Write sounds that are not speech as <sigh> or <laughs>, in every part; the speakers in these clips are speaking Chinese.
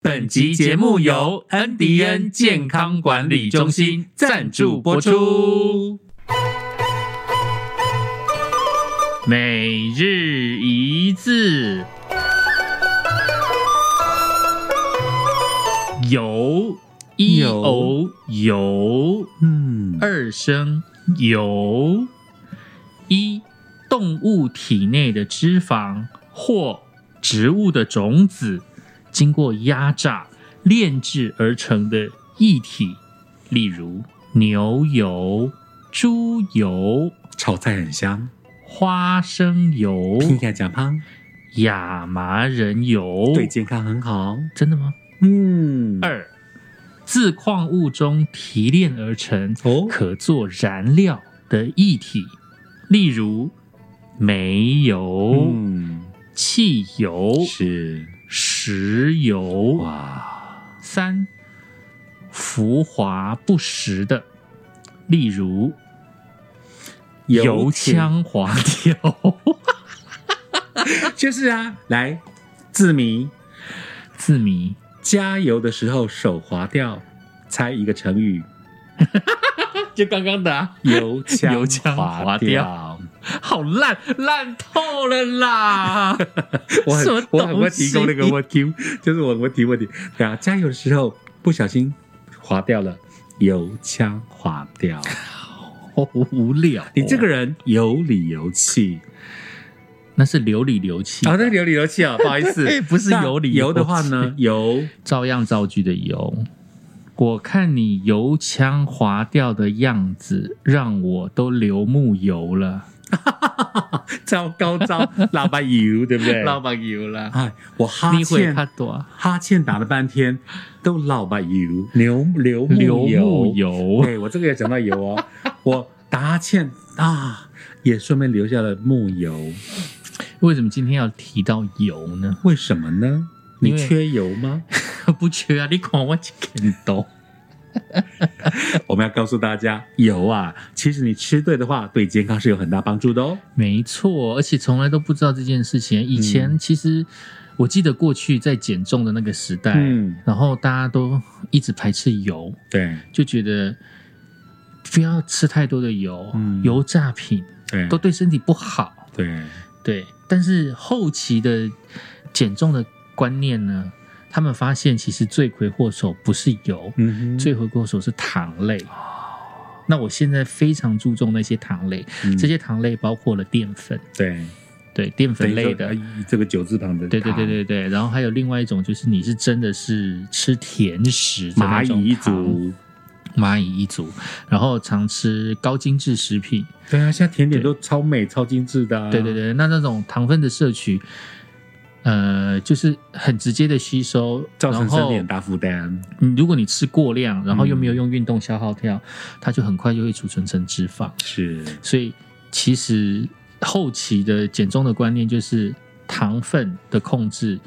本集节目由恩迪恩健康管理中心赞助播出。每日一字，油一油偶油嗯，二声油，一动物体内的脂肪或植物的种子，经过压榨炼制而成的液体，例如牛油、猪油、炒菜很香，花 <laughs> 生油、听起来讲胖，哦亚麻仁油。对健康很好。真的吗？嗯，二自矿物中提炼而成，哦可做燃料的液体，例如煤油、嗯，汽油、是石油。哇，三浮华不实的，例如油钱腔滑调。 <laughs> 就是啊，来字谜，字谜加油的时候手滑掉，猜一个成 <laughs> 语，就刚刚的、啊，油腔油腔滑滑调。好烂，烂透了啦！ <laughs> 我很什么我很会东西提供那个问题， <laughs> 就是我我提问题，对啊，加油的时候不小心滑掉了，油腔滑调。 <laughs> 好无聊哦、你这个人有理有气那是流里流气，啊，那个有理有气 <laughs> 啊，不好意思不是那有理油的气话呢，，油照样造句的油。我看你油腔滑调的样子，让我都流木油了，糟糕糟，老板油对不 <laughs> 对？板油了。哎，我哈你会欠看多哈欠打了半天，都老板油，牛牛木流木油。油，对我这个也讲到油哦，我打哈欠啊，也顺便留下了木油，为什么今天要提到油呢？为什么呢？因你为缺油吗？ <laughs> 不缺啊，你看我这个都 <laughs> 我们要告诉大家，油啊，其实你吃对的话，对健康是有很大帮助的哦。没错，而且从来都不知道这件事情。以前其实我记得过去在减重的那个时代，嗯，然后大家都一直排斥油，对就觉得不要吃太多的油，嗯油炸品对都对身体不好。对，对，但是后期的减重的观念呢，他们发现其实罪魁祸首不是油，嗯哼罪魁祸首是糖类。那我现在非常注重那些糖类，嗯这些糖类包括了淀粉，对对淀粉类等的于，说呃这个九字旁的对对对糖对对，然后还有另外一种就是你是真的是吃甜食的那蚂种蚁一糖族，蚂蚁一族，然后常吃高精致食品。对啊，现在甜点都超美、超精致的、啊。对对，对，那那种糖分的摄取，呃，就是很直接的吸收，造成然后身体很大负担。嗯如果你吃过量，然后又嗯没有用运动消耗掉，它就很快就会储存成脂肪。是，所以其实后期的减重的观念就是糖分的控制。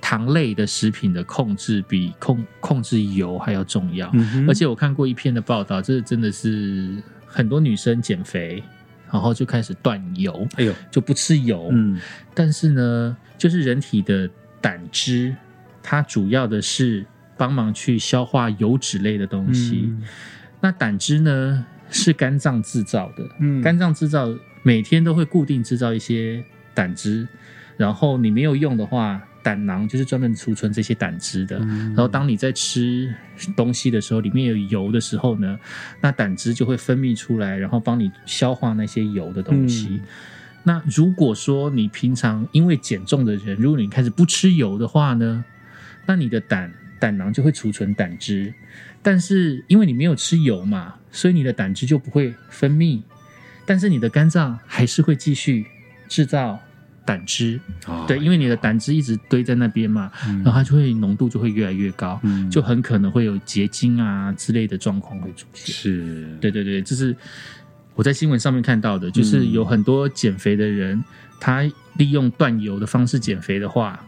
糖类的食品的控制比控控制油还要重要。嗯哼而且我看过一篇的报道，这真的是很多女生减肥，然后就开始断油，哎呦，就不吃油。嗯，但是呢，就是人体的胆汁，它主要的是帮忙去消化油脂类的东西。嗯那胆汁呢，是肝脏制造的，嗯肝脏制造每天都会固定制造一些胆汁，然后你没有用的话，胆囊就是专门储存这些胆汁的。嗯然后当你在吃东西的时候，里面有油的时候呢，那胆汁就会分泌出来，然后帮你消化那些油的东西。嗯那如果说你平常因为减重的人，如果你开始不吃油的话呢，那你的胆胆囊就会储存胆汁，但是因为你没有吃油嘛，所以你的胆汁就不会分泌，但是你的肝脏还是会继续制造胆汁，哦对，因为你的胆汁一直堆在那边嘛，嗯然后它就会浓度就会越来越高，嗯就很可能会有结晶啊之类的状况会出现。是，对对对，这是我在新闻上面看到的，就是嗯有很多减肥的人，他利用断油的方式减肥的话，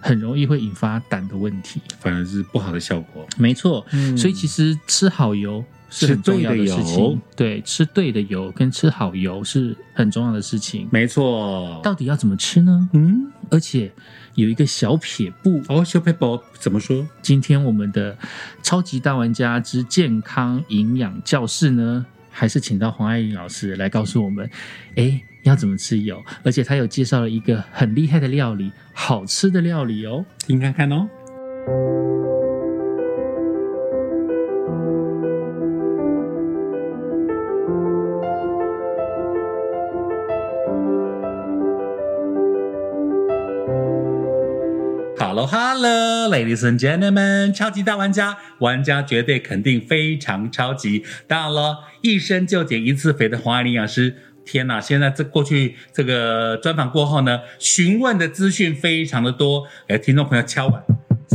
很容易会引发胆的问题。反而是不好的效果。没错，嗯所以其实吃好油是很重要的吃事对的油情。对，吃对的油跟吃好油是很重要的事情。没错，到底要怎么吃呢？嗯，而且有一个小撇步。哦，小佩宝怎么说？今天我们的超级大玩家之健康营养教室呢，还是请到黄爱颖老师来告诉我们，哎，要怎么吃油？而且他有介绍了一个很厉害的料理，好吃的料理哦。听看看哦。Hello Hello Ladies and Gentlemen，超级大玩家，玩家绝对肯定非常超级。当然了，一生就减一次肥的黄爱玲营养师。天呐！现在这过去这个专访过后呢，询问的资讯非常的多，哎，听众朋友敲碗，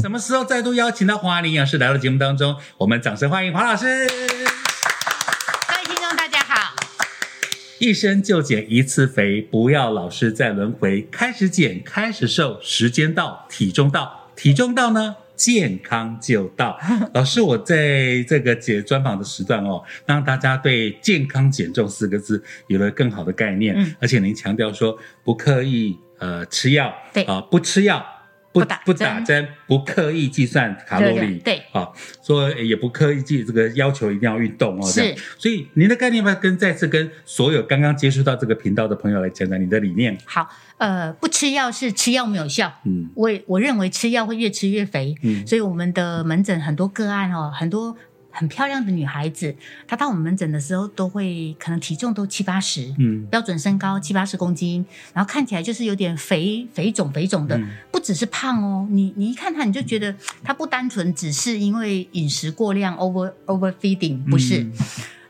什么时候再度邀请到黄爱玲营养师来到节目当中？我们掌声欢迎黄老师。各位听众，大家好。一生就减一次肥，不要老是在轮回。开始减，开始瘦，时间到，体重到，体重到呢，健康就 <laughs> 到。老师，我在这个解专访的时段哦，让大家对“健康减重”四个字有了更好的概念，嗯而且您强调说不刻意呃吃药，对啊、不吃药。不不打不打针，不刻意计算卡路热里，量对啊，说也不刻意计这个要求一定要运动哦，这样是所以您的概念要不要跟再次跟所有刚刚接触到这个频道的朋友来讲讲你的理念？好，呃，不吃药是吃药没有效。嗯我也我认为吃药会越吃越肥，嗯所以我们的门诊很多个案哦，很多很漂亮的女孩子，她到我们门诊的时候都会可能体重都七八十，嗯标准身高七八十公斤，然后看起来就是有点肥肥肿肥肿的，嗯不只是胖哦，你你一看她你就觉得她不单纯只是因为饮食过量 over overfeeding，不是。嗯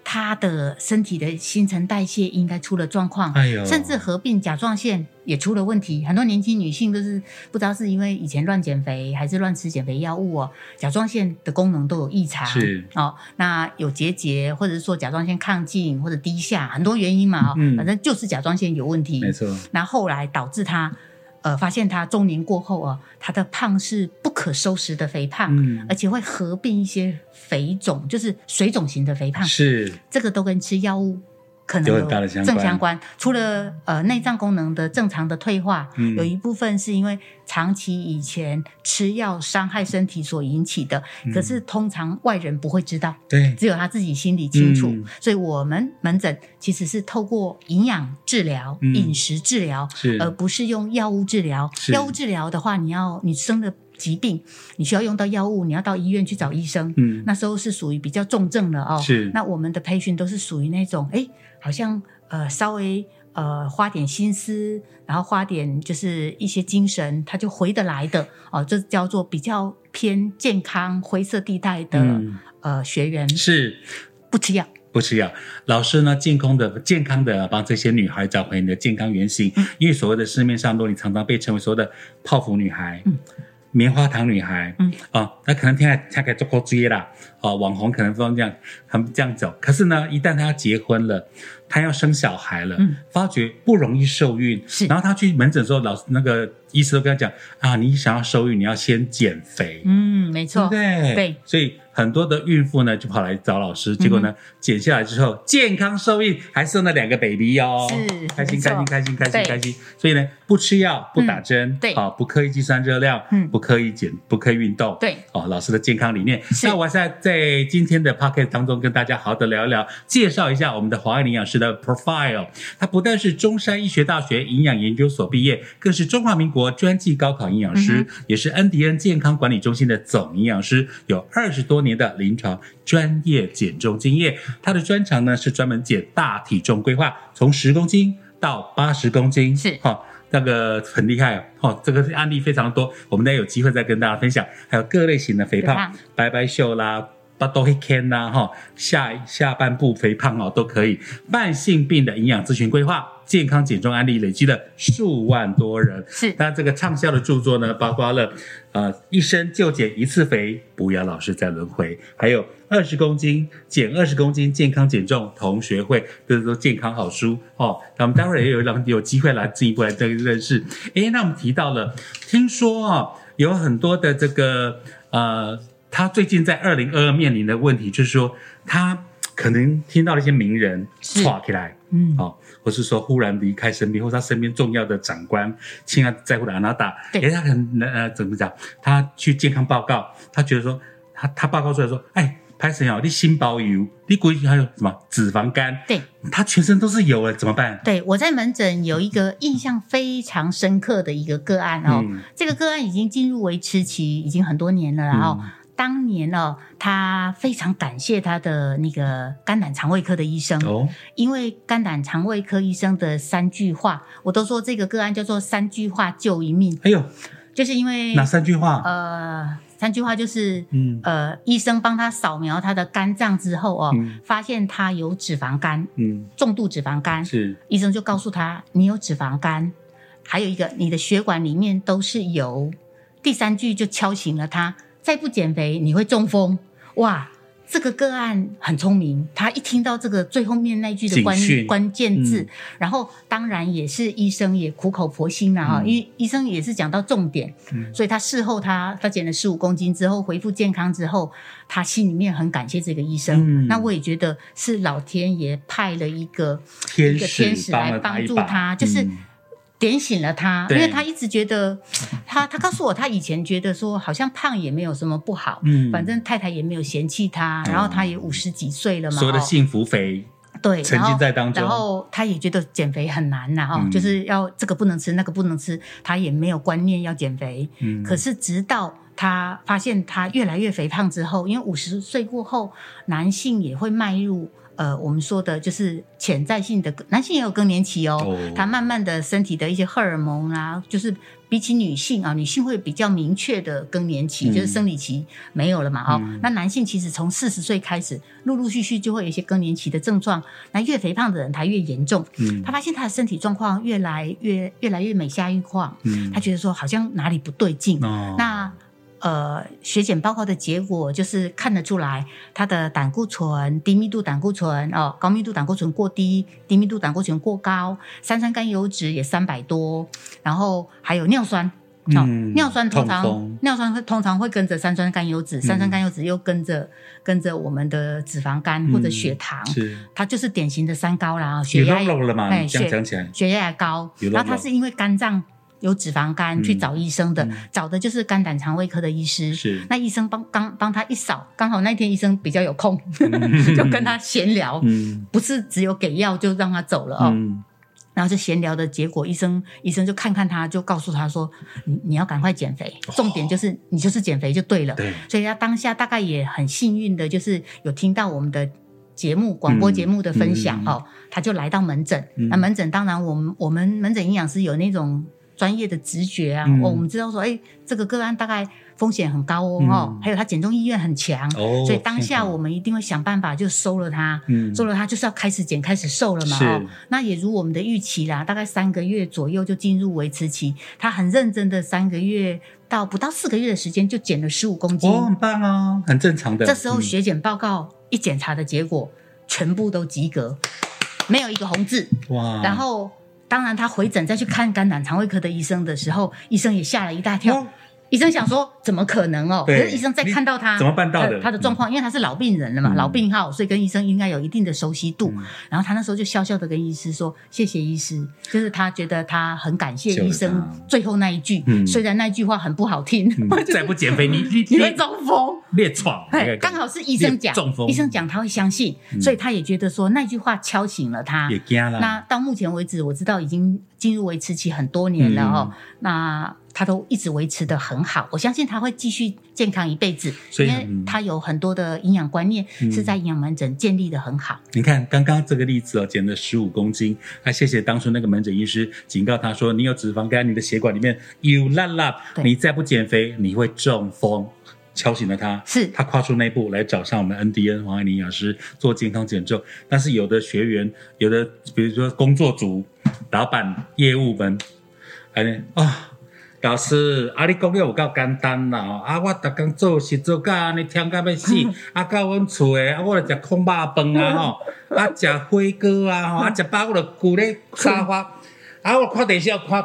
她的身体的新陈代谢应该出了状况，哎呦，甚至合并甲状腺也出了问题。很多年轻女性都是不知道是因为以前乱减肥，还是乱吃减肥药物哦，甲状腺的功能都有异常。是哦，那有结节，或者是说甲状腺亢进或者低下，很多原因嘛哦，嗯反正就是甲状腺有问题。没错，那后来导致她，呃，发现她中年过后啊，她的胖是不可收拾的肥胖，嗯而且会合并一些肥肿，就是水肿型的肥胖。是这个都跟吃药物可能有很大的相关正相关。除了呃内脏功能的正常的退化，嗯有一部分是因为长期以前吃药伤害身体所引起的，嗯可是通常外人不会知道，对，只有他自己心里清楚。嗯所以我们门诊其实是透过营养治疗、嗯饮食治疗，是而不是用药物治疗是。药物治疗的话，你要你生了疾病，你需要用到药物，你要到医院去找医生。嗯那时候是属于比较重症了哦。是那我们的培训都是属于那种，哎，好像呃稍微呃花点心思，然后花点就是一些精神，他就回得来的哦。这叫做比较偏健康灰色地带的、嗯呃学员是不吃药。不吃药。老师呢，健康的、健康的帮这些女孩找回你的健康原型。嗯因为所谓的市面上，如果你常常被称为所谓的泡芙女孩、嗯棉花糖女孩，嗯啊，那可能听来她可以做过追啦，啊，网红可能都这样，他们这样走。可是呢，一旦她要结婚了，她要生小孩了，嗯发觉不容易受孕，是然后她去门诊的时候，老那个医师都跟她讲啊，你想要受孕，你要先减肥，嗯，没对错不，对？对，嗯所以很多的孕妇呢就跑来找老师，结果呢减下来之后健康受益，还生了两个 baby 哦，是开心没错开心开心开心对开心。所以呢，不吃药，不打针，对啊，不刻意计算热量，嗯不刻意减，不刻意运动，。对，哦，老师的健康理念。是那我在在今天的 p o c k e t 当中跟大家好好的聊一聊，介绍一下我们的华爱营养师的 profile。他不但是中山医学大学营养研究所毕业，更是中华民国专技高考营养师，嗯也是恩迪恩健康管理中心的总营养师，有二十多年的临床专业减重经验。他的专长呢是专门减大体重规划，从十公斤到八十公斤，是好、那个很厉害哦，哦，这个案例非常多，我们呢有机会再跟大家分享。还有各类型的肥肥胖胖，白白秀啦。巴豆黑 can 啦，哈，下下半部肥胖哦都可以。慢性病的营养咨询规划，健康减重案例累积了数万多人。是那这个畅销的著作呢，包括了呃一生就减一次肥，不要老是在轮回，还有二十公斤减二十公斤健康减重同学会，这都是健康好书哦。那我们待会儿也有让有机会来进一步来这个认识。诶，那我们提到了，听说哦，有很多的这个呃，他最近在二零二二面临的问题就是说他。可能听到了一些名人是唰起来，嗯，哦，或是说忽然离开身边，或是他身边重要的长官、亲爱在乎的阿娜达，对诶他很呃怎么讲？他去健康报告，他觉得说他他报告出来说，哎，拍谁哦，你心包油，你估计还有什么脂肪肝，对他全身都是油了，怎么办？对，我在门诊有一个印象非常深刻的一个个案哦，嗯这个个案已经进入维持期，已经很多年了，然后。嗯当年哦，他非常感谢他的那个肝胆肠胃科的医生，哦，因为肝胆肠胃科医生的三句话，我都说这个个案叫做“三句话救一命哎呦，”，就是因为哪三句话？呃，三句话就是嗯呃，医生帮他扫描他的肝脏之后哦，嗯发现他有脂肪肝，嗯，重度脂肪肝，是医生就告诉他你有脂肪肝，还有一个你的血管里面都是油。第三句就敲醒了他，再不减肥你会中风。哇，这个个案很聪明，他一听到这个最后面那句的关警讯关键字，嗯然后当然也是医生也苦口婆心了哈、嗯医、医生也是讲到重点，嗯所以他事后他他减了十五公斤之后恢复健康之后，他心里面很感谢这个医生。嗯那我也觉得是老天爷派了一个天一个使天使来了他帮一助把他，就是嗯点醒了他，因对为他一直觉得他他告诉我，他以前觉得说好像胖也没有什么不好，嗯反正太太也没有嫌弃他，嗯然后他也五十几岁了嘛，所有的哦幸福肥，对，沉然后浸在当中然后他也觉得减肥很难呐、哦，嗯就是要这个不能吃，那个不能吃，他也没有观念要减肥。嗯，可是直到他发现他越来越肥胖之后，因为五十岁过后，男性也会迈入。呃，我们说的就是潜在性的，男性也有更年期哦。哦他慢慢的身体的一些荷尔蒙啦、就是比起女性啊，女性会比较明确的更年期，嗯就是生理期没有了嘛。哦，嗯那男性其实从四十岁开始，陆陆续续就会有一些更年期的症状。那越肥胖的人，他越严重。嗯他发现他的身体状况越来越越来越每下愈况，嗯他觉得说好像哪里不对劲。哦那呃，血检报告的结果就是看得出来，他的胆固醇、低密度胆固醇哦，高密度胆固醇过低，低密度胆固醇过高，三酸甘油脂也三百多，然后还有尿酸。哦嗯尿酸通痛风嗯常尿酸会通常会跟着三酸甘油脂，三酸甘油脂又跟着跟着我们的脂肪肝或者嗯血糖，是它就是典型的三高啦，哦有血压肉肉了嘛？哎你这样血讲起来，血压也高，有然后漏他漏是因为肝脏有脂肪肝嗯去找医生的，嗯找的就是肝胆肠胃科的医师。是那医生帮刚帮他一扫，刚好那天医生比较有空，嗯 <laughs> 就跟他闲聊，嗯不是只有给药就让他走了哦。嗯然后就闲聊的结果，医生医生就看看他，就告诉他说：“你你要赶快减肥，哦重点就是、你就是减肥就对了。”对，所以他当下大概也很幸运的，就是有听到我们的节目广播节目的分享、嗯哦，他就来到门诊。嗯那门诊当然，我们我们门诊营养师有那种专业的直觉啊，嗯哦，我们知道说，哎，这个个案大概风险很高哦，嗯哦还有他减重意愿很强，哦，所以当下我们们一定会想办法就收了他。嗯收了他就是要开始减，开始瘦了嘛是哦，那也如我们的预期啦，大概三个月左右就进入维持期。他很认真的三个月到不到四个月的时间就减了十五公斤，哦，很棒啊，很正常的。这时候嗯血检报告一检查的结果，全部都及格，没有一个红字。嗯哇，然后，当然他回诊再去看肝胆肠胃科的医生的时候，医生也吓了一大跳。哦医生想说，怎么可能哦？可对是医生在看到他你怎么办到的呃他的状况，因为他是老病人了嘛，嗯老病号，所以跟医生应该有一定的熟悉度。嗯然后他那时候就笑笑的跟医师说：“谢谢医师。”就是他觉得他很感谢救了医生他最后那一句，嗯虽然那句话很不好听，嗯再不减肥，你你 <laughs> 你会哎中 <laughs> 风。列闯，嘿大概刚好是医生讲列中，风，医生讲他会相信，嗯所以他也觉得说那句话敲醒了他也。惊了。那到目前为止，我知道已经进入维持期很多年嗯了哦，那他都一直维持的很好，我相信他会继续健康一辈子，所因以为嗯他有很多的营养观念嗯是在营养门诊建立的很好。你看刚刚这个例子哦，减了十五公斤，那谢谢当初那个门诊医师警告他说，你有脂肪肝，你的血管里面有烂烂，对你再不减肥，你会中风。敲醒了他，是他跨出那一步来找上我们 NDN 黄爱玲营养师做健康减重。但是有的学员，有的比如说工作组、老板、业务们，哎啊、老师，啊，你讲了有够简单啦！哦啊，我逐工做事做甲安尼，忝甲要 <laughs> 死。啊，到阮厝诶，啊，我着食空肉 <laughs> <laughs> 饭啊吼，啊，食火锅啊吼，啊，食饱我着跍咧沙发。啊，我看等一 <laughs> 下，夸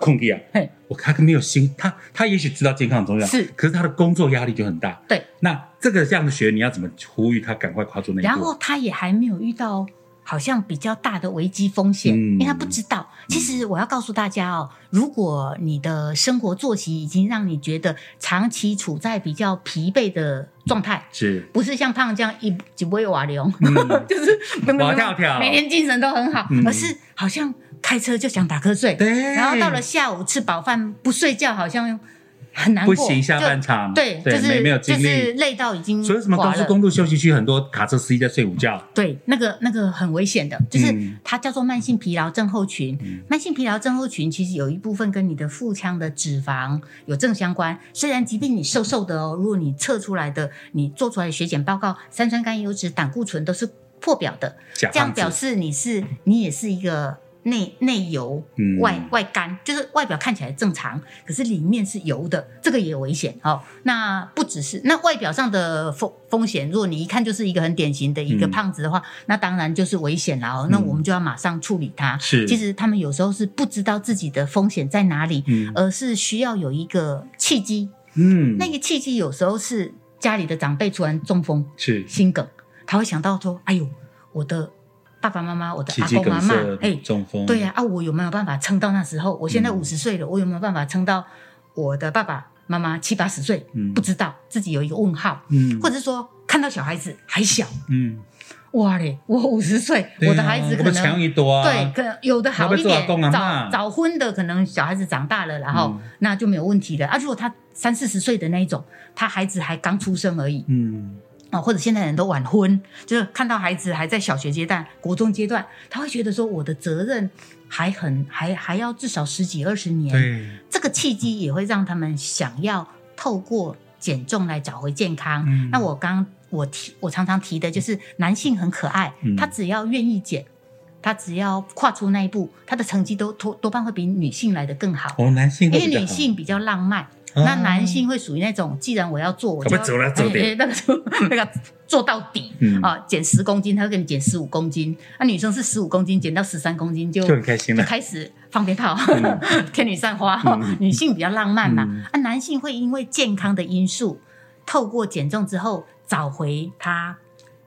空气啊嘿，我他没有心，他他也许知道健康很重要，是可是他的工作压力就很大。对，那这个这样的学，你要怎么呼吁他赶快跨出那一步？然后他也还没有遇到好像比较大的危机风险，嗯因为他不知道。其实我要告诉大家哦，如果你的生活作息已经让你觉得长期处在比较疲惫的状态。是，不是像胖这样一几不会瓦流，嗯 <laughs> 就是没有没有哇跳跳每天精神都很好，嗯而是好像开车就想打瞌睡，对，然后到了下午吃饱饭不睡觉，好像很难不过，行，下就半场对，对，就是没没有就精力，是累到已经垮了，所以为什么高速公路休息区很多卡车司机在睡午觉？对，那个那个很危险的，就是嗯它叫做慢性疲劳症候群。慢性疲劳症候群其实有一部分跟你的腹腔的脂肪有正相关。虽然即便你瘦瘦的哦，如果你测出来的、你做出来的血检报告，三酸甘油脂、胆固醇都是破表的，假这样胖子表示你是你也是一个内内油嗯外外干，就是外表看起来正常，可是里面是油的，这个也有危险哦。那不只是那外表上的风风险，如果你一看就是一个很典型的一个嗯胖子的话，那当然就是危险了哦。那嗯我们就要马上处理它。是其实他们有时候是不知道自己的风险在哪里，嗯而是需要有一个契机。嗯，那个契机有时候是家里的长辈突然中风，是心梗，他会想到说：“哎呦，我的爸爸妈妈，我的奇阿迹公梗阿妈塞，、哎，中风，对呀、啊，我有没有办法撑到那时候？我现在嗯五十岁了，我有没有办法撑到我的爸爸妈妈七八十岁？嗯不知道自己有一个问号，嗯或者说看到小孩子还小，嗯，哇嘞，我五十岁，对啊我的孩子可我们能强一多啊，对，可能有的好要一不要做阿点公阿，嬷早早婚的可能小孩子长大了，然后、嗯那就没有问题了啊。如果他三四十岁的那一种，他孩子还刚出生而已，嗯，哦，或者现在人都晚婚，就是看到孩子还在小学阶段、国中阶段，他会觉得说我的责任还很还还要至少十几二十年。对，这个契机也会让他们想要透过减重来找回健康。嗯那我刚我提我常常提的就是男性很可爱，嗯他只要愿意减，他只要跨出那一步，他的成绩都多多半会比女性来的更好。哦，男性因会为比较女好性比较浪漫，啊那男性会属于那种，既然我要做，我就我们走了走哎点哎那个就 <laughs> 那个做到底嗯啊，减十公斤，他会给你减十五公斤。那女生是十五公斤减到十三公斤就就很开心就了，开始放鞭炮嗯， <laughs> 天女散花嗯。女性比较浪漫嗯嘛，啊，男性会因为健康的因素，透过减重之后找回他。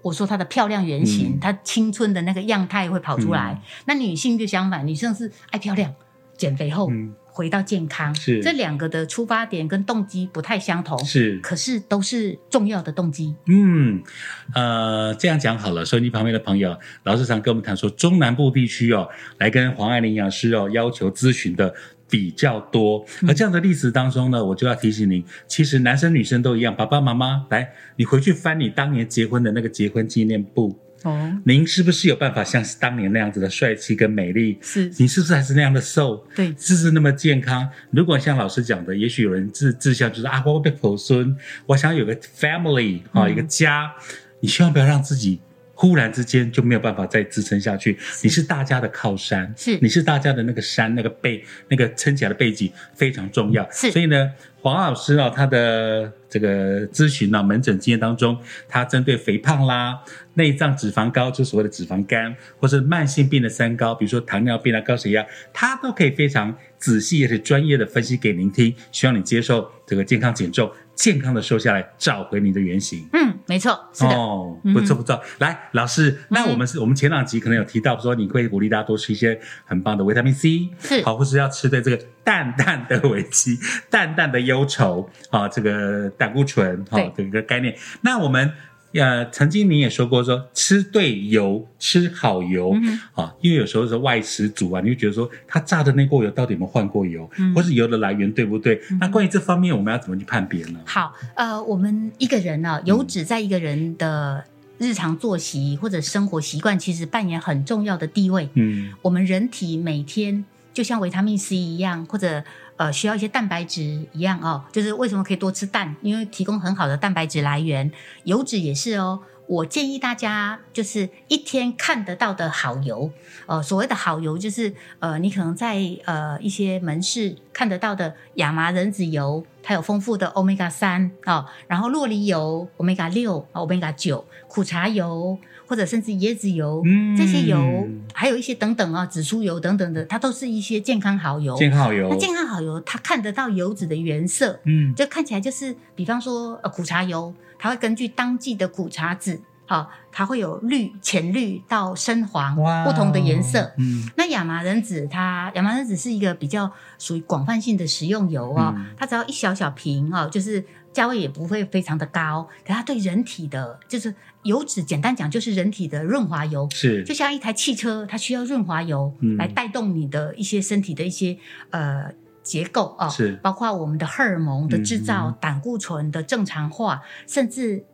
我说他的漂亮原型，嗯他青春的那个样态会跑出来。那女性就相反，女性是爱漂亮，减肥后、嗯回到健康，是这两个的出发点跟动机不太相同，是。可是都是重要的动机。嗯，呃，这样讲好了。收音机旁边的朋友，老师常跟我们谈说，中南部地区哦，来跟黄爱玲营养师哦要求咨询的比较多。而这样的例子当中呢，我就要提醒您，其实男生女生都一样，爸爸妈妈来，你回去翻你当年结婚的那个结婚纪念簿，哦，您是不是有办法像当年那样子的帅气跟美丽？是你是不是还是那样的瘦？对是不是那么健康？如果像老师讲的，也许有人志志向就是啊，我要被婆孙，我想有个 family 啊、嗯一个家。你千万不要让自己忽然之间就没有办法再支撑下去。你是大家的靠山，是你是大家的那个山，那个背，那个撑起来的背景非常重要。是所以呢，黄老师啊，他的这个咨询呢、门诊经验当中，他针对肥胖啦、内脏脂肪高，就所谓的脂肪肝，或是慢性病的三高，比如说糖尿病啊、高血压，他都可以非常仔细而且专业的分析给您听，希望你接受这个健康减重，健康的瘦下来，找回你的原形。嗯，没错，是的，哦，不错嗯不错。来，老师，那我们是、我们前两集可能有提到说，你会鼓励大家多吃一些很棒的维他命 C，是好，或是要吃的这个淡淡的危机、淡淡的忧愁啊，这个胆固醇啊对这个概念。那我们呃，曾经你也说过说，吃对油，吃好油、嗯啊，因为有时候是外食族啊，你会觉得说，他炸的那锅油到底有没有换过油，嗯或是油的来源对不对？那关于这方面，我们要怎么去判别呢？好，呃，我们一个人呢、油脂在一个人的日常作息或者生活习惯，其实扮演很重要的地位。嗯我们人体每天就像维他命 C 一样，或者呃需要一些蛋白质一样哦，就是为什么可以多吃蛋，因为提供很好的蛋白质来源。油脂也是哦。我建议大家就是一天看得到的好油，呃，所谓的好油就是呃，你可能在呃一些门市看得到的亚麻仁籽油，它它有丰富的 omega 三啊，然后洛梨油 omega 六、omega 哦九、苦茶油或者甚至椰子油、嗯这些油，还有一些等等啊，紫苏油等等的，它都是一些健康好油。健康好油哦那，健康好油，它看得到油脂的原色，嗯就看起来就是，比方说呃苦茶油，它会根据当季的苦茶籽，好、它会有绿、浅绿到深黄哇不同的颜色。嗯那亚麻仁籽它，亚麻仁籽是一个比较属于广泛性的食用油哦，嗯它只要一小小瓶哦，就是价位也不会非常的高，可它对人体的，就是油脂，简单讲就是人体的润滑油，是就像一台汽车，它需要润滑油嗯来带动你的一些身体的一些呃结构哦，是包括我们的荷尔蒙的制造、嗯胆固醇的正常化，甚至。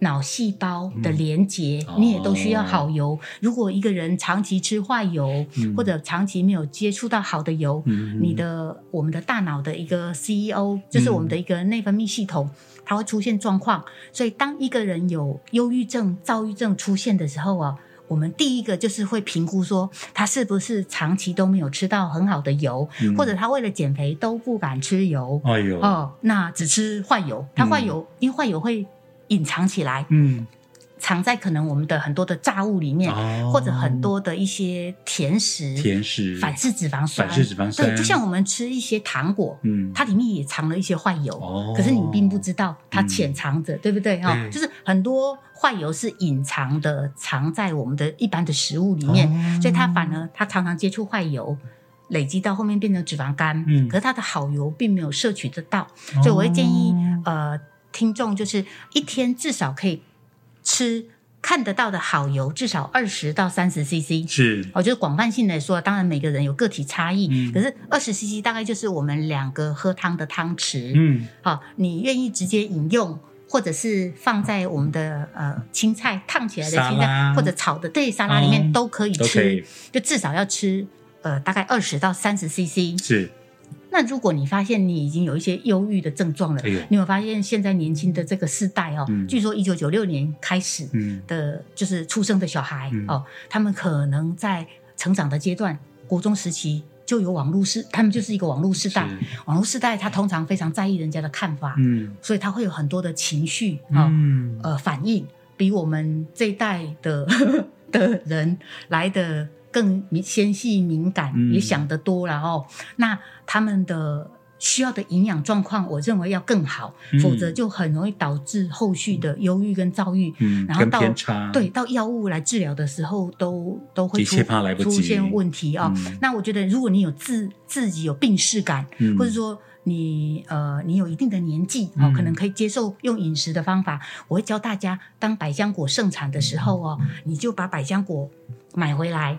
脑细胞的连接，哦你也都需要好油。如果一个人长期吃坏油，嗯或者长期没有接触到好的油，嗯你的我们的大脑的一个 CEO，就是我们嗯的一个内分泌系统，它会出现状况。所以，当一个人有忧郁症、躁郁症出现的时候啊，我们第一个就是会评估说他是不是长期都没有吃到很好的油，嗯或者他为了减肥都不敢吃油哎呦，哦，那只吃坏油。他嗯坏油，因为坏油会隐藏起来，嗯，藏在可能我们的很多的炸物里面，哦或者很多的一些甜食、甜食反式脂肪酸、反式脂肪酸对，就像我们吃一些糖果，嗯，它里面也藏了一些坏油，哦嗯可是你并不知道它潜藏着，对不对？哈、对就是很多坏油是隐藏的，藏在我们的一般的食物里面，哦所以它反而它常常接触坏油。累积到后面变成脂肪肝，嗯哦可是它的好油并没有摄取得到，所以我会建议呃听众就是一天至少可以吃看得到的好油，至少二十到三十 CC。是哦，就是广泛性来说，当然每个人有个体差异，嗯可是二十 CC 大概就是我们两个喝汤的汤匙。嗯好、你愿意直接饮用，或者是放在我们的呃青菜烫起来的青沙拉菜，或者炒的对沙拉里面嗯都可以都可吃，以就至少要吃呃大概二十到三十 CC。是那如果你发现你已经有一些忧郁的症状了，哎呦你有没有发现现在年轻的这个世代哦，嗯据说一九九六年开始嗯的，就是出生的小孩、嗯哦，他们可能在成长的阶段，国中时期就有网络世，他们就是一个网络世代。是网络世代他通常非常在意人家的看法，嗯所以他会有很多的情绪啊、哦嗯呃反应，比我们这一代的 <laughs> 的人来的更敏纤细敏感，嗯也想得多了哦。那他们的需要的营养状况，我认为要更好，嗯否则就很容易导致后续的忧郁跟躁郁。嗯，然后跟到偏差对，到药物来治疗的时候都，都会的出确怕来不出及现问题啊、哦嗯那我觉得，如果你有自自己有病视感，嗯或者说你呃你有一定的年纪哦，嗯可能可以接受用饮食的方法，我会教大家，当百香果盛产的时候哦，你就把百香果买回来，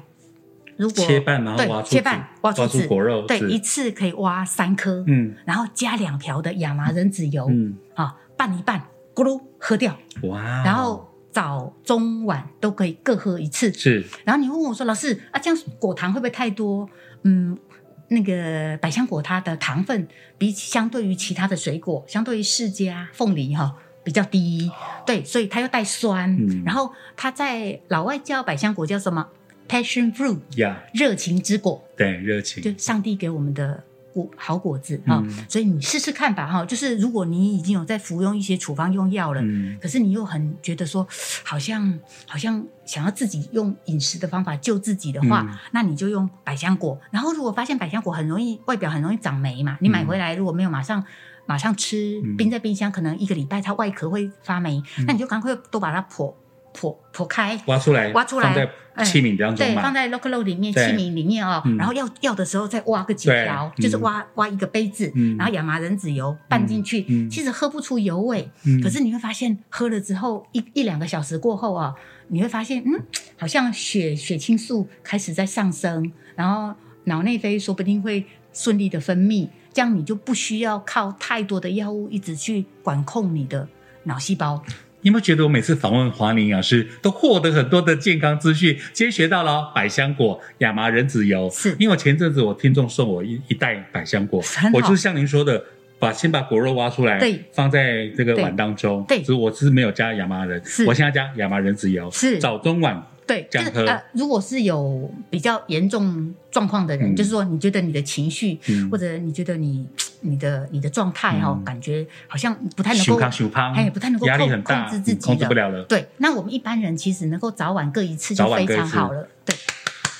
如果切半然后挖对出切籽半挖出挖出籽果肉对是一次可以挖三颗，嗯然后加两瓢的亚麻仁籽油嗯哦啊、拌一拌，咕噜喝掉，哇，然后。早中晚都可以各喝一次，是然后你问我说：“老师啊，这样果糖会不会太多？”嗯，那个百香果它的糖分比起相对于其他的水果，相对于释迦、凤梨哈、比较低，对，所以它又带酸。哦嗯然后它在老外叫百香果叫什么？Passion fruit，呀，热情之果，对热就情上帝给我们的。果好果子啊、嗯所以你试试看吧哈。就是如果你已经有在服用一些处方用药了，嗯可是你又很觉得说， <sniffs> 好像好像想要自己用饮食的方法救自己的话，嗯那你就用百香果。然后如果发现百香果很容易外表很容易长霉嘛，你买回来如果没有马上马上吃嗯，冰在冰箱可能一个礼拜它外壳会发霉，那你就赶快都把它剖剖剖开。挖出来挖出来放哎在器皿当中对，嘛放，在 lock low 里面器对皿里面哦，嗯然后要要的时候再挖个几条，对就是嗯挖挖一个杯子，嗯然后亚麻仁籽油拌进去，嗯嗯其实喝不出油味，嗯可是你会发现，喝了之后一一两个小时过后啊，你会发现，嗯，好像血血清素开始在上升，然后脑内啡说不定会顺利的分泌，这样你就不需要靠太多的药物一直去管控你的脑细胞。你有没有觉得我每次访问华林营养师，都获得很多的健康资讯？今天学到了哦百香果、亚麻仁籽油，是因为我前阵子我听众送我一一袋百香果很，好我就是像您说的。把先把果肉挖出来，对放在这个对碗当中。对所以我是没有加亚麻仁是，我现在加亚麻仁籽油，是早中晚对，这样就是呃，如果是有比较严重状况的人，嗯就是说你觉得你的情绪、嗯或者你觉得你你的你的状态哦，嗯感觉好像不太能熊够胖熊胖，哎不太能够压力控很大，控制自己的控制不了了，对，那我们一般人其实能够早晚各一次就早晚非各一常次好了。对，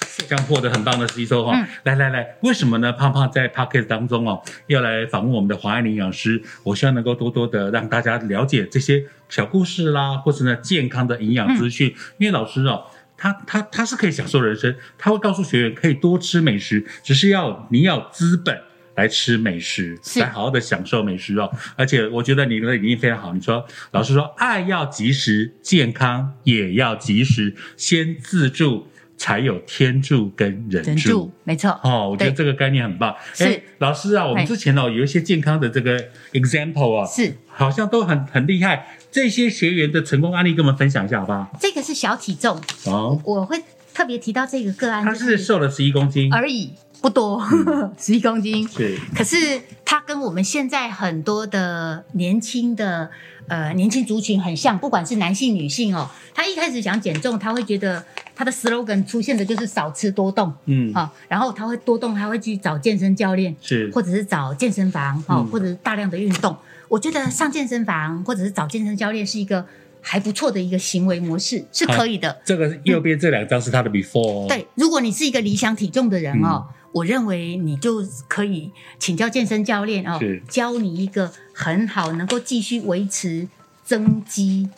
是这样获得很棒的吸收哈、嗯来来来，为什么呢？胖胖在 p o c k e t 当中哦，要来访问我们的华安营养师，我希望能够多多的让大家了解这些小故事啦，或是呢健康的营养资讯、嗯因为老师哦。他他他是可以享受人生，他会告诉学员可以多吃美食，只是要你要有资本来吃美食，是来好好的享受美食哦。而且我觉得你的理念非常好，你说老师说爱要及时，健康也要及时，先自助才有天助跟人忍助住。，没错。哦，我觉得对这个概念很棒。是哎，老师啊，我们哎之前哦有一些健康的这个 example 啊，是好像都很很厉害。这些学员的成功案例跟我们分享一下好不好？这个是小体重，哦，我会特别提到这个个案，他是瘦了十一公斤，而已，不多，嗯 <laughs> 十一公斤。是可是它跟我们现在很多的年轻的呃年轻族群很像，不管是男性女性哦，他一开始想减重，他会觉得他的 slogan 出现的就是少吃多动嗯啊、然后他会多动，他会去找健身教练，是或者是找健身房哦，嗯或者是大量的运动。我觉得上健身房或者是找健身教练是一个还不错的一个行为模式，是可以的。这个右边这两张是他的 before，哦对，如果你是一个理想体重的嗯人哦，我认为你就可以请教健身教练哦是，教你一个很好能够继续维持增肌。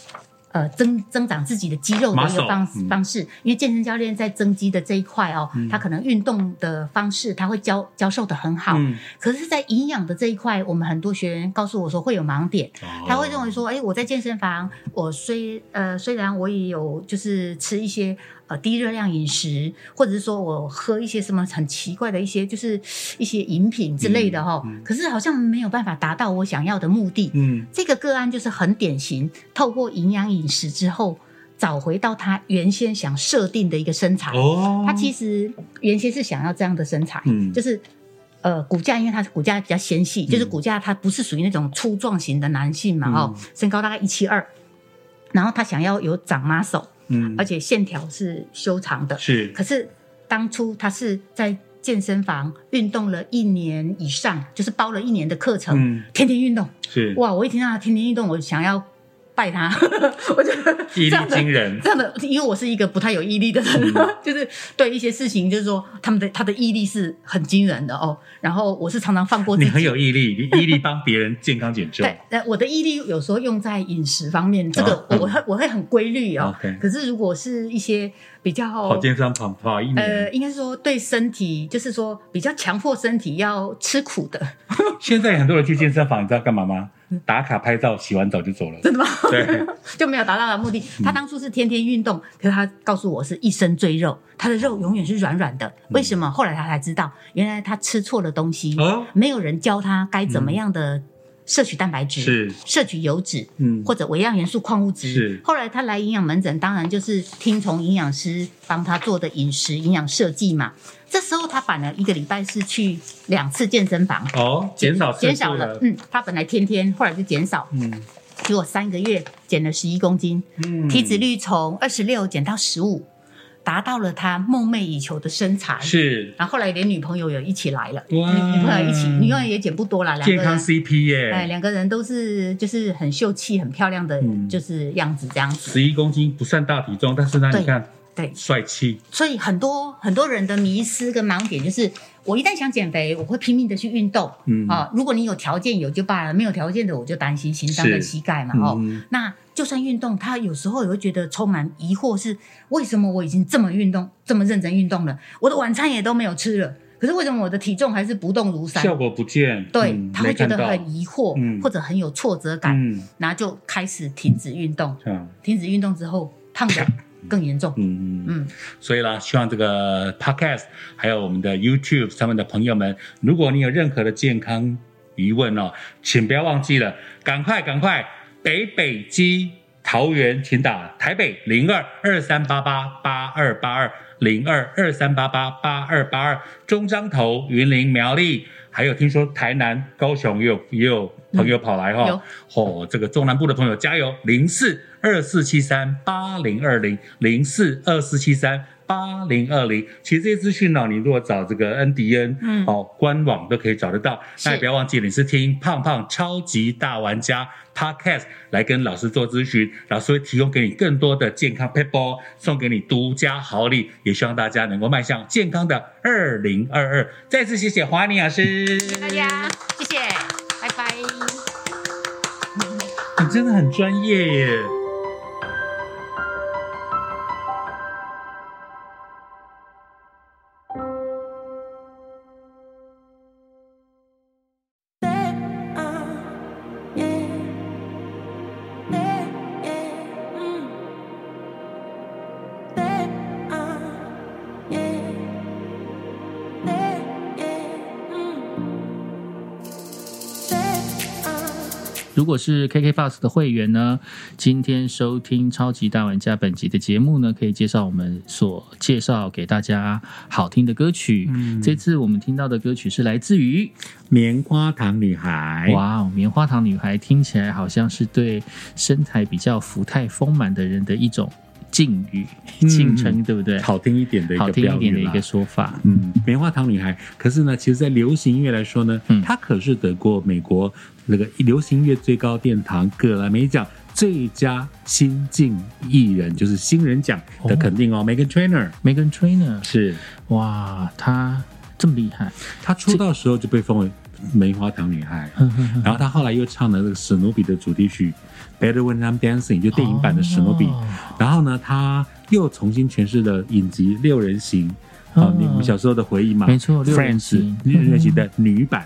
呃，增增长自己的肌肉的一个 Muscle，方嗯方式，因为健身教练在增肌的这一块哦，他可能运动的方式他会教教授的很好，嗯，可是，在营养的这一块，我们很多学员告诉我说会有盲点，哦他会认为说，哎、我在健身房，我虽呃虽然我也有就是吃一些呃低热量饮食，或者是说我喝一些什么很奇怪的一些就是一些饮品之类的哈、可是好像没有办法达到我想要的目的。嗯嗯这个个案就是很典型，透过营养饮食之后，找回到他原先想设定的一个身材。哦，他其实实原先是想要这样的身材，嗯就是呃骨架，因为他骨架比较纤细，就是骨架他不是属于那种粗壮型的男性嗯嘛，哦，身高大概一七二，然后他想要有长 muscle，嗯而且线条是修长的，是可是当初他是在健身房运动了一年以上，就是包了一年的课程，嗯天天运动，是哇！我一听到他天天运动，我想要拜他， <laughs> 我觉得毅力这样的惊人，这样的，因为我是一个不太有毅力的人，嗯 <laughs> 就是对一些事情，就是说他们的他的毅力是很惊人的哦。然后我是常常放过自你己，很有毅力， <laughs> 你毅力帮别人健康减重，对，那我的毅力有时候用在饮食方面，这个哦我嗯我会我会很规律哦 OK。可是如果是一些比跑较健身房跑一哦呃，年，应该说对身体，就是说比较强迫身体要吃苦的，现在很多人去健身房，你知道干嘛吗？打卡拍照，洗完澡就 <laughs> 走了。真的吗？对，就没有达到的目的。嗯他当初是天天运动，可是他告诉我是一身赘肉，他的肉永远是软软的。为什么？后来他才知道，原来他吃错了东西，嗯哦，没有人教他该怎么样的摄取蛋白质、是摄取油脂，嗯或者微量元素、矿物是质。后来他来营养门诊，当然就是听从营养师帮他做的饮食营养设计嘛。这时候他反而一个礼拜是去两次健身房，哦，减少次数减少了。，嗯，他本来天天，后来就减少，嗯结果三个月减了十一公斤，嗯体脂率从二十六减到十五，达到了他梦寐以求的身材。是然后后来连女朋友也一起来了，女哇女朋友一起，女朋友也减不多啦，两个健康人。 CP 哎，耶，两个人都是就是很秀气、很漂亮的，嗯就是样子这样子。十一公斤不算大体重，但是呢，对你看对，帅气，所以很多很多人的迷失跟盲点就是，我一旦想减肥，我会拼命的去运动。嗯啊，如果你有条件有就罢了，没有条件的我就担心心伤跟是膝盖嘛。哦，嗯那就算运动，他有时候也会觉得充满疑惑是，为什么我已经这么运动、这么认真运动了，我的晚餐也都没有吃了，可是为什么我的体重还是不动如山？效果不见，对，嗯他没会觉看得到，很疑惑，嗯或者很有挫折感，嗯然后就开始停止运动。嗯停止运动之后，胖 <laughs> 的更严重。嗯。嗯，所以啦，希望这个 podcast 还有我们的 YouTube 上面的朋友们，如果你有任何的健康疑问哦，请不要忘记了，赶快赶快北北基。桃园请打台北零二二三八八八二八二零二二三八八八二八二，中彰投、云林、苗栗，还有听说台南、高雄也有也有朋友跑来哈、哦，这个中南部的朋友加油，零四二四七三八零二零零四二四七三。八零二零，其实这些资讯呢，你如果找这个恩迪恩，嗯哦，官网都可以找得到。是那也不要忘记，你是听胖胖超级大玩家 Podcast 来跟老师做咨询，老师会提供给你更多的健康 paper，送哦给你独家好礼，也希望大家能够迈向健康的二零二二。再次谢谢华妮老师，谢谢大家，谢谢，拜拜。你真的很专业耶。如果是 KKBOX 的会员呢，今天收听《超级大玩家》本集的节目呢，可以介绍我们所介绍给大家好听的歌曲。嗯这次我们听到的歌曲是来自于棉花糖女孩哇哦，棉花糖女孩听起来好像是对身材比较福态丰满的人的一种敬语、嗯敬称，对不对？好听一点的一好个听标一点的语一啦个。说法。嗯，棉花糖女孩。可是呢，其实，在流行音乐来说呢，嗯她可是得过美国那个流行音乐最高殿堂葛莱美奖最佳新晋艺人，就是新人奖的肯定哦。Megan Trainor Megan Trainor，是哇，她这么厉害，她出道时候就被封为棉花糖女孩，哼嗯哼哼然后她后来又唱了那个史努比的主题曲《Better When I'm Dancing》，就电影版的史努比。哦然后呢，她又重新诠释了影集《六人行》啊、哦你们小时候的回忆嘛，没错六人 Friends 行嗯六人行的女版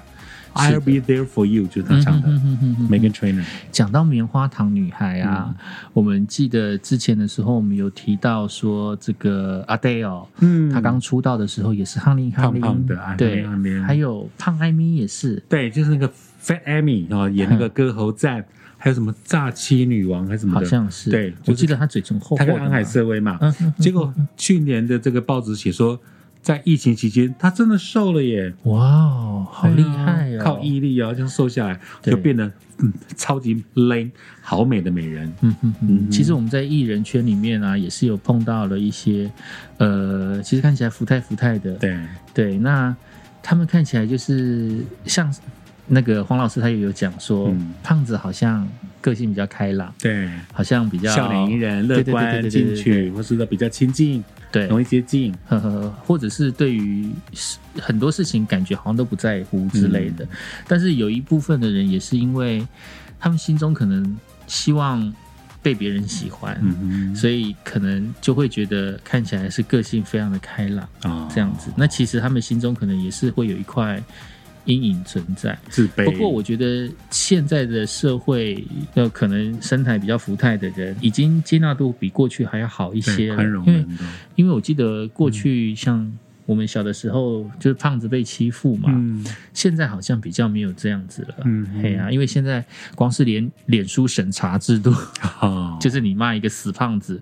是的，I'll be there for you 就是她唱的嗯哼哼哼哼哼 Megan Trainor，讲到棉花糖女孩啊，我们记得之前的时候，我们有提到说这个 Adele，嗯她刚出道的时候也是哈林哈林胖胖的啊对哈林哈林，还有胖艾米也是，对，就是那个 Fat Amy 哦，演那个歌喉战，还有什么炸欺女王还是什么嗯好的，像是，嗯对我就是记得她嘴唇厚厚她的跟嘛，安海瑟薇嘛嗯嗯，结果去年的这个报纸写说，在疫情期间她真的瘦了耶。哇哦，好厉害对哦，啊靠毅力啊，这样瘦下来对就变得嗯超级 l 好美的美人。嗯嗯嗯，嗯其实我们在艺人圈里面啊，也是有碰到了一些，呃，其实看起来福态福态的，对，对，那他们看起来就是像那个黄老师，他也有讲说，嗯胖子好像个性比较开朗，对，好像比较笑脸迎人、对乐对对对观、对对进对取，或是比较亲近、对，容易接近。呵呵，呃或者是对于很多事情感觉好像都不在乎之类嗯的。但是有一部分的人也是因为他们心中可能希望被别人喜欢，嗯所以可能就会觉得看起来是个性非常的开朗。以啊这样子。那其实他们心中可能也是会有一块阴影存在。自卑。不过我觉得现在的社会，呃，可能身材比较福态的人，已经接纳度比过去还要好一对些了宽容因为人的，因为我记得过嗯去像我们小的时候，就是胖子被欺负嘛，嗯现在好像比较没有这样子了。嗯嘿啊，因为现在光是连脸书审查制度，哦好，就是你骂一个死胖子，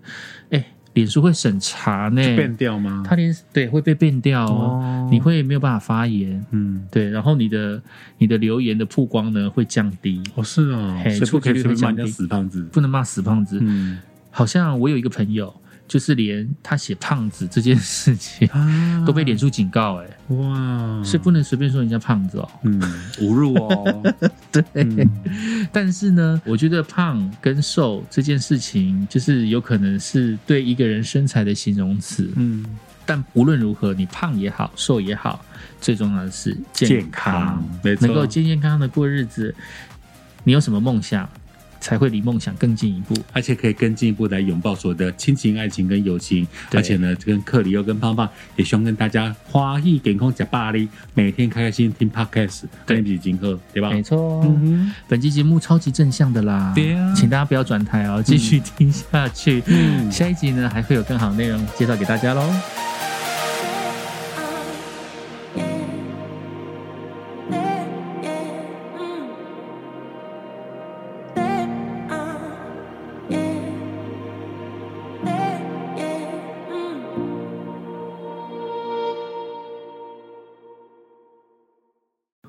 哎、脸书会审查呢，变掉吗？他连对会被变掉哦，哦你会没有办法发言，嗯，对，然后你的你的留言的曝光呢会降低，哦是哦，嘿所以不可以出随便去会骂降人家低死胖子。不能骂死胖子。嗯好像我有一个朋友，就是连他写胖子这件事情、啊都被脸书警告、哎、哇，是不能随便说人家胖子哦。嗯侮辱哦， <laughs> 对，嗯但是呢，我觉得胖跟瘦这件事情，就是有可能是对一个人身材的形容词。嗯，但无论如何，你胖也好，瘦也好，最重要的是健康康，嗯没错能够健健康康的过日子。你有什么梦想，才会离梦想更进一步。而且可以更进一步来拥抱所有的亲情、爱情跟友情。对而且呢，跟克里又跟胖胖也希望跟大家花一点空假巴黎，每天开开心心听 podcast，对跟你一起金喝，对吧？没错，嗯本期节目超级正向的啦，对啊请大家不要转台哦，继续听下去。嗯下一集呢还会有更好的内容介绍给大家喽。 Yeah.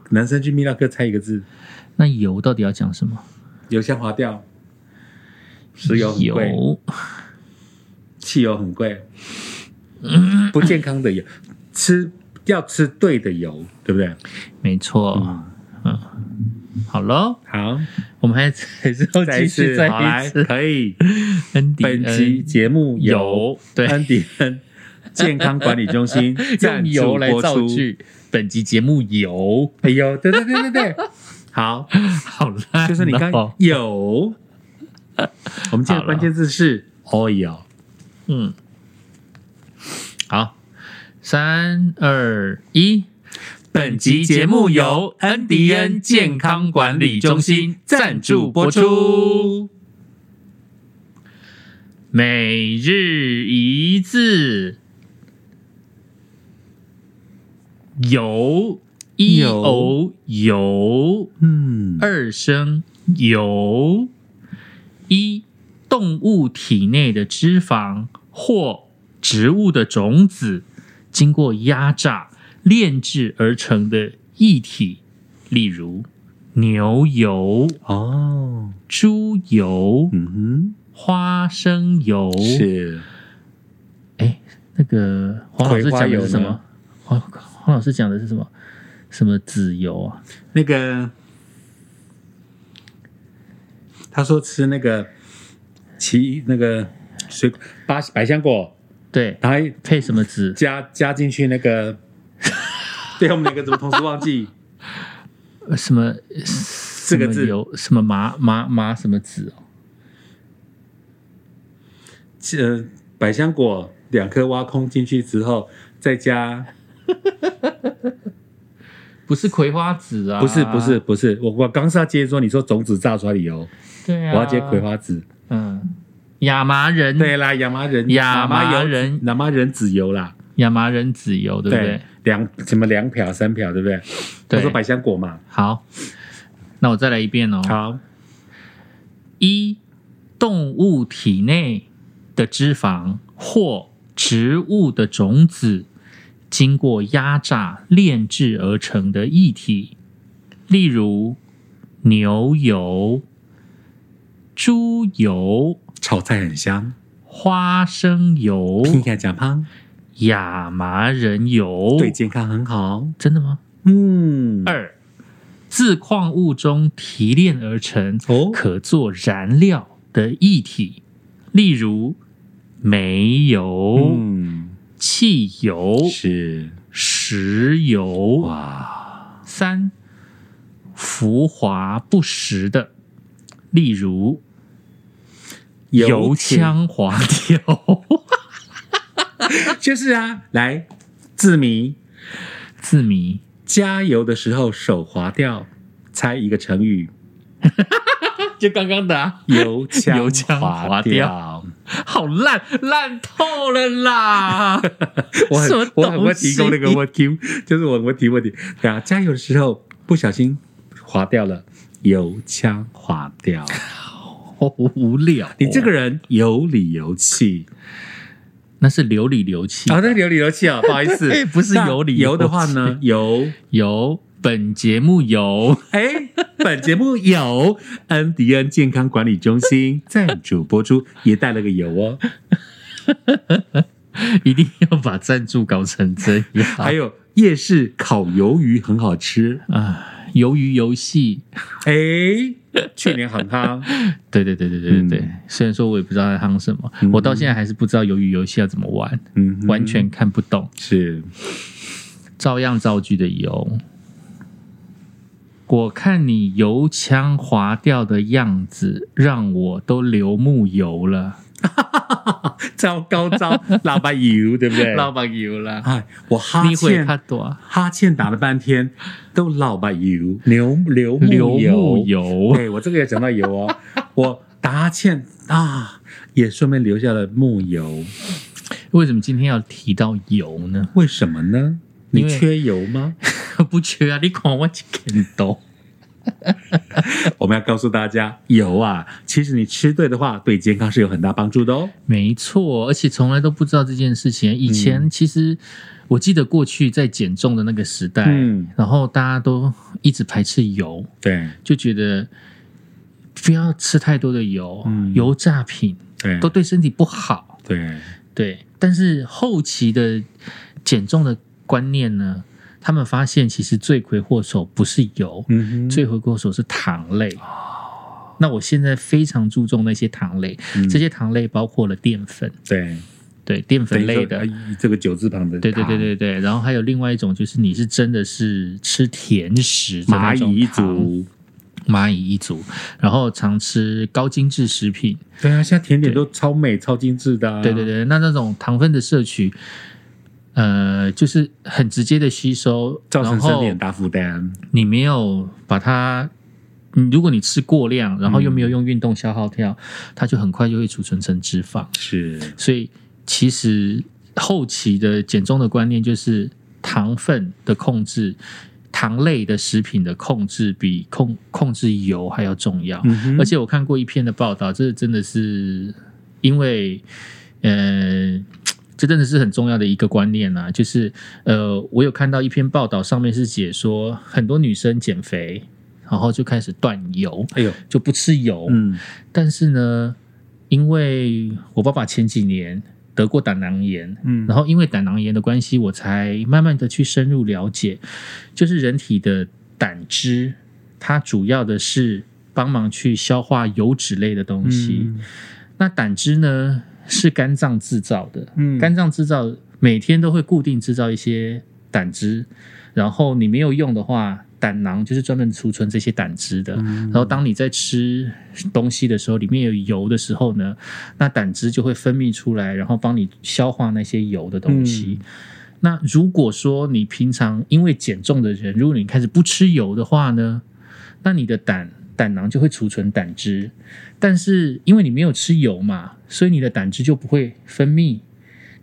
男生去泌尿科猜一个字，那油到底要讲什么？油箱划掉，石油很贵，油，汽油很贵，不健康 <laughs> 的油，吃要吃对的油，对不对？没错。嗯，好喽，好，我们还还是要再哦继一续次，再好来，一次。 <laughs> 可以。恩迪本恩期节目由油对安迪恩健康管理中心赞 <laughs> 用助油来播造出。句。本集节目油，哎呦，对对对对 <laughs> 对，好，好啦，就是你刚哦有，我们今天的关键字是哦 oil。嗯，好，三二一。本集节目由恩迪恩健康管理中心赞助播出。每日一字，油一油油油嗯，二声油，一动物体内的脂肪或植物的种子，经过压榨炼制而成的液体，例如牛油、哦，猪油、嗯花生油。哼，是哎，那个黄老师讲的是葵花什油呢么？黄黄老师讲的是什么？什么籽油啊？那个，他说吃那个奇那个水果八百香果，对，然后还配什么籽？加加进去那个， <laughs> 对我们两个怎么同时忘记？ <laughs> 呃什么这四个字油什么麻麻麻什么籽哦？呃，百香果两颗挖空进去之后，再加不是葵花籽啊？不是不是，不是，我我刚是要接着说，你说种子榨出来的油，对啊，我要接葵。花籽。嗯，亚麻仁对啦，亚麻仁亚麻麻油仁亚麻仁籽油啦，亚麻仁籽油，对不对？两什么两瓢三瓢，对不对？对他说百香果嘛，好，那我再来一遍哦。好，一，动物体内的脂肪或植物的种子，经过压榨炼制而成的液体，例如牛油、猪油、炒菜很香，花生 <laughs> 油、听起来讲胖，亚麻仁油。对健康很好。真的吗？嗯，哦二，自矿物中提炼而成哦可做燃料的液体，例如煤油、嗯汽油、是石油。哇，三，浮华不实的，例如油钱腔滑调、 <laughs> 就是啊，来字谜。字谜。加油的时候手滑掉，猜一个成语，就刚刚的、啊， <laughs> 油腔油腔滑调。好烂，烂透 <laughs> 了啦！我很什么我很会东西提供那个问题， <laughs> 就是我很会提问题。对啊，加油的时候不小心滑掉了，油腔滑 <laughs> 调。好无聊、你这个人有理有气那是流里流气，啊，那个有理有气 <laughs> 啊，不好意思不是那有理油的有话呢，油有本节目有 <laughs> <laughs> 哎，本节目由恩迪恩健康管理中心赞助播出，也带了个油哦。一定要把赞助搞成这样。 <laughs> 还有夜市烤鱿鱼很好吃，啊，鱿鱼游戏，哎、去年很夯，对对对对对对对。嗯虽然说我也不知道在夯什么，嗯我到现在还是不知道鱿鱼游戏要怎么玩， <laughs> 嗯哼，完全看不懂。是照样造句的油，我看你油腔滑调的样子，让我都流木油了，糟糕糟，老板油对不 <laughs> <laughs> 对？板油了。哎，我哈你会欠看多啊？哈欠打了半天，都老板油，牛流木流木油。哎油，对我这个也讲到油 <laughs> 哦，我打哈欠啊，也顺便留下了木油， <laughs> 为什么今天要提到油 <laughs> 呢？为什么呢？因你为缺油吗？不缺啊！你看我一根刀， <laughs> 我们要告诉大家，油啊，其实你吃对的话，对健康是有很大帮助的哦。没错，而且从来都不知道这件事情。啊以前其实我记得过去在减重的那个时代，嗯然后大家都一直排斥油，对就觉得不要吃太多的油，嗯油炸品对都对身体不好。对，对，但是后期的减重的观念呢，他们发现其实罪魁祸首不是油，嗯罪魁祸首是糖类。那我现在非常注重那些糖类，嗯这些糖类包括了淀粉，对对淀粉类等的于，说呃这个九字旁的对对对糖对对。然后还有另外一种就是你是真的是吃甜食的那蚂种蚁一糖，族，蚂蚁一族，然后常吃高精致食品，对啊，现在甜点对都超美、超精致的、啊，对对，对，那那种糖分的摄取，呃，就是很直接的吸收，造成然身后体很大负担。你没有把它，你如果你吃过量，然后又嗯没有用运动消耗掉，它就很快就会储存成脂肪。是，所以其实后期的减重的观念就是糖分的控制。糖类的食品的控制比控控制油还要重要。嗯哼而且我看过一篇的报道，这真的是因为，呃，这真的是很重要的一个观念啊，就是呃，我有看到一篇报道，上面是写说很多女生减肥，然后就开始断油，哎呦，就不吃油，嗯，但是呢，因为我爸爸前几年得过胆囊炎，嗯然后因为胆囊炎的关系，我才慢慢的去深入了解，就是人体的胆汁，它主要的是帮忙去消化油脂类的东西。嗯那胆汁呢是肝脏制造的，嗯肝脏制造每天都会固定制造一些胆汁，然后你没有用的话，胆囊就是专门储存这些胆汁的。然后当你在吃东西的时候，里面有油的时候呢，那胆汁就会分泌出来，然后帮你消化那些油的东西。那如果说你平常因为减重的人，如果你开始不吃油的话呢，那你的胆胆囊就会储存胆汁，但是因为你没有吃油嘛，所以你的胆汁就不会分泌，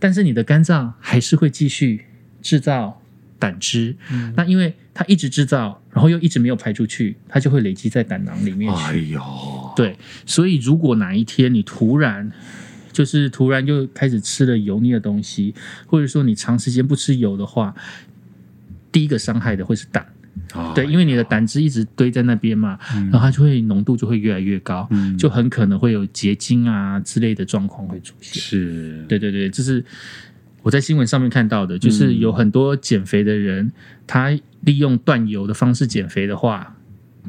但是你的肝脏还是会继续制造胆汁。嗯那因为它一直制造，然后又一直没有排出去，它就会累积在胆囊里面去。哎呦，对，所以如果哪一天你突然就是突然就开始吃了油腻的东西，或者说你长时间不吃油的话，第一个伤害的会是胆。对，因为为你的胆汁一直堆在那边嘛，然后它就会浓度就会越来越高，嗯就很可能会有结晶啊之类的状况会出现。是，对对对，这是我在新闻上面看到的，就是有很多减肥的人，他利用断油的方式减肥的话，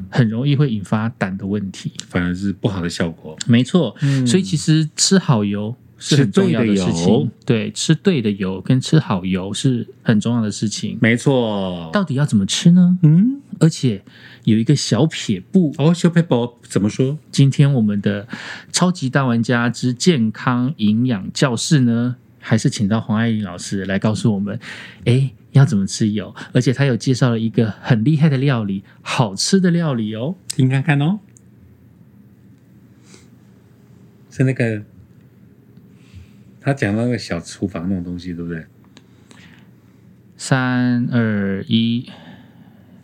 很容易会引发胆的问题。反而是不好的效果。没错，嗯所以其实吃好油是很重要事吃对的油情。对，吃对的油跟吃好油是很重要的事情。没错，到底要怎么吃呢？嗯，而且有一个小撇步，哦，小佩宝怎么说？今天我们的超级大玩家之健康营养教室呢，还是请到黄爱玲老师来告诉我们，哎，要怎么吃油？而且她有介绍了一个很厉害的料理，好吃的料理哦。听看看哦，是那个他讲到那个小厨房那种东西，对不对？三二一。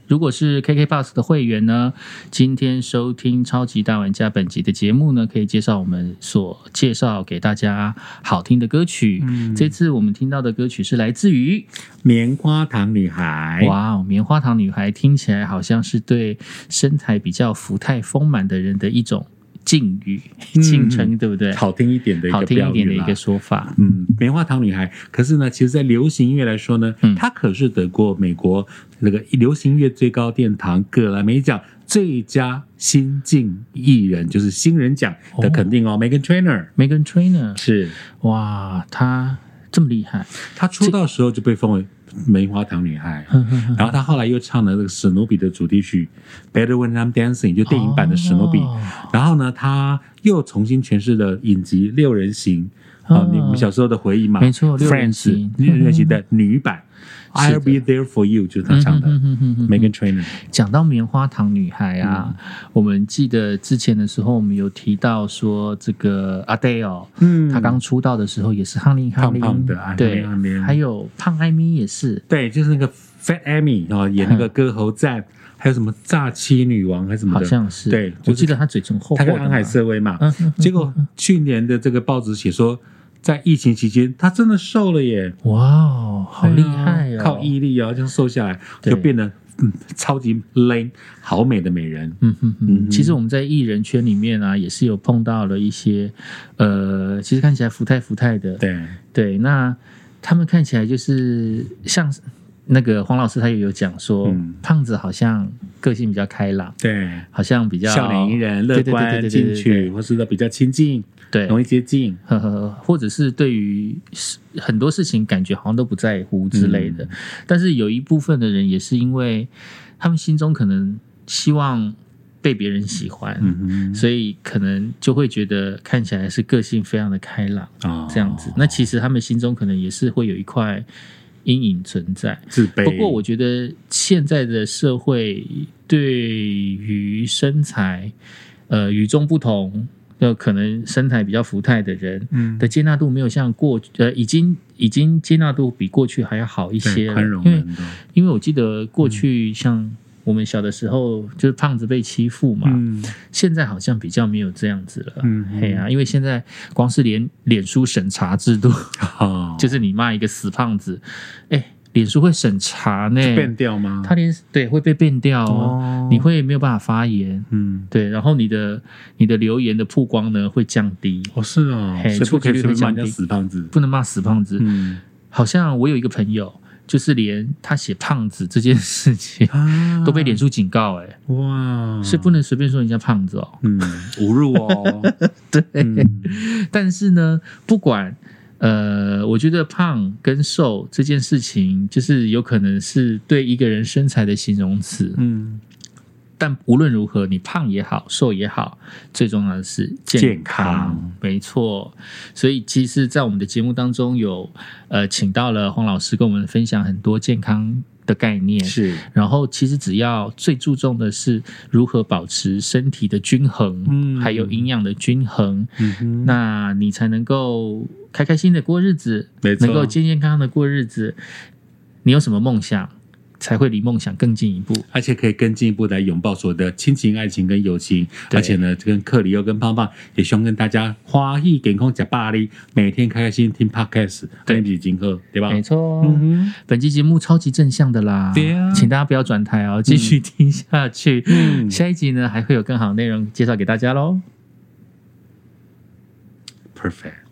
如果是 KKBox 的会员呢，今天收听《超级大玩家》本集的节目呢，可以介绍我们所介绍给大家好听的歌曲。这次我们听到的歌曲是来自于棉花糖女孩，哇哦，棉花糖女孩听起来好像是对身材比较福态丰满的人的一种敬语、嗯敬称，对不对？好听一点的一好个听标一点的语一啦个。说法。嗯，棉花糖女孩。可是呢，其实，在流行音乐来说呢，嗯她可是得过美国那个流行音乐最高殿堂葛莱美奖最佳新晋艺人，就是新人奖的肯定哦。Megan Trainer Megan Trainer，是哇，她这么厉害，她出道时候就被封为棉花糖女孩，嗯然后她后来又唱了那个史努比的主题曲《Better When I'm Dancing》，就 <laughs> 电影版的史努比。哦然后呢，她又重新诠释了影集《六人行》啊、哦你我们小时候的回忆嘛，没错六人嗯 Friends 行六人行的女版，是 I'll 的 be there for you，就是他唱的嗯哼哼哼哼哼 Megan Trainor。讲到棉花糖女孩啊，嗯我们记得之前的时候，我们有提到说这个 Adele，嗯她刚出道的时候也是憨灵憨灵胖胖的啊憨对灵憨灵，还有胖艾米也是，对，就是那个 Fat Amy 哦，演那个歌喉战，还有什么诈欺女王还是什么的，好像是，嗯对就是我记得她嘴唇厚厚他的跟嘛，安海瑟薇嘛嗯嗯。结果去年的这个报纸写说，在疫情期间，他真的瘦了耶，哇哦，好厉害对哦，啊靠毅力哦，这样瘦下来对就变得嗯超级 l 好美的美人。嗯哼嗯哼，哼其实我们在艺人圈里面啊，也是有碰到了一些，呃，其实看起来福太福太的，对，对，那他们看起来就是像那个黄老师，他也有讲说，嗯胖子好像个性比较开朗，对。好像比较笑脸迎人、乐对对对对观对进对取，或是都比较亲近，对，容易接近。呵呵， <laughs> 或者是对于事很多事情感觉好像都不在乎之类嗯的。但是有一部分的人也是因为他们心中可能希望被别人喜欢，嗯所以可能就会觉得看起来是个性非常的开朗哼，哦这样子。那其实他们心中可能也是会有一块阴影存在。自卑。不过我觉得现在的社会对于身材，呃，与众不同，呃，可能身材比较福态的人嗯的接纳度没有像过呃，已经已经接纳度比过去还要好一对些了宽容嗯因为很多。因为我记得过去像我们小的时候，就是胖子被欺负嘛，嗯现在好像比较没有这样子了。嗯嘿啊，因为现在光是脸脸书审查制度， <laughs> 好，就是你骂一个死胖子，哎、脸书会审查呢，变掉吗？哎他连对会被变掉哦，哦你会没有办法发言，嗯，对，然后你的你的留言的曝光呢会降低，哦是哦，嘿所以不可以出去随便会骂降人家低死胖子。不能骂死胖子。嗯好像我有一个朋友，就是连他写胖子这件事 <laughs> 情啊都被脸书警告、嗯哎、哇，是不能随便说人家胖子哦。嗯侮辱 <laughs> 哦，对，嗯但是呢，不管呃，我觉得胖跟瘦这件事情，就是有可能是对一个人身材的形容词。嗯，但无论如何，你胖也好，瘦也好，最重要的是健健康没错，所以其实，在我们的节目当中有呃，请到了黄老师跟我们分享很多健康的概念。是然后，其实只要最注重的是如何保持身体的均衡，嗯还有营养的均衡，嗯哼那你才能够开开心的过日子，没错能够健健康康的过日子。你有什么梦想，才会离梦想更进一步。而且可以更进一步来拥抱所有的亲情、爱情跟友情。对而且呢，跟克里又跟胖胖也希望跟大家花艺健康假巴黎，每天开开心心听 podcast，对跟比金鹤，对吧？没错，哦嗯哼，啊本期节目超级正向的啦，对啊请大家不要转台哦，继续听下去。嗯下一集呢还会有更好的内容介绍给大家喽。 ，perfect。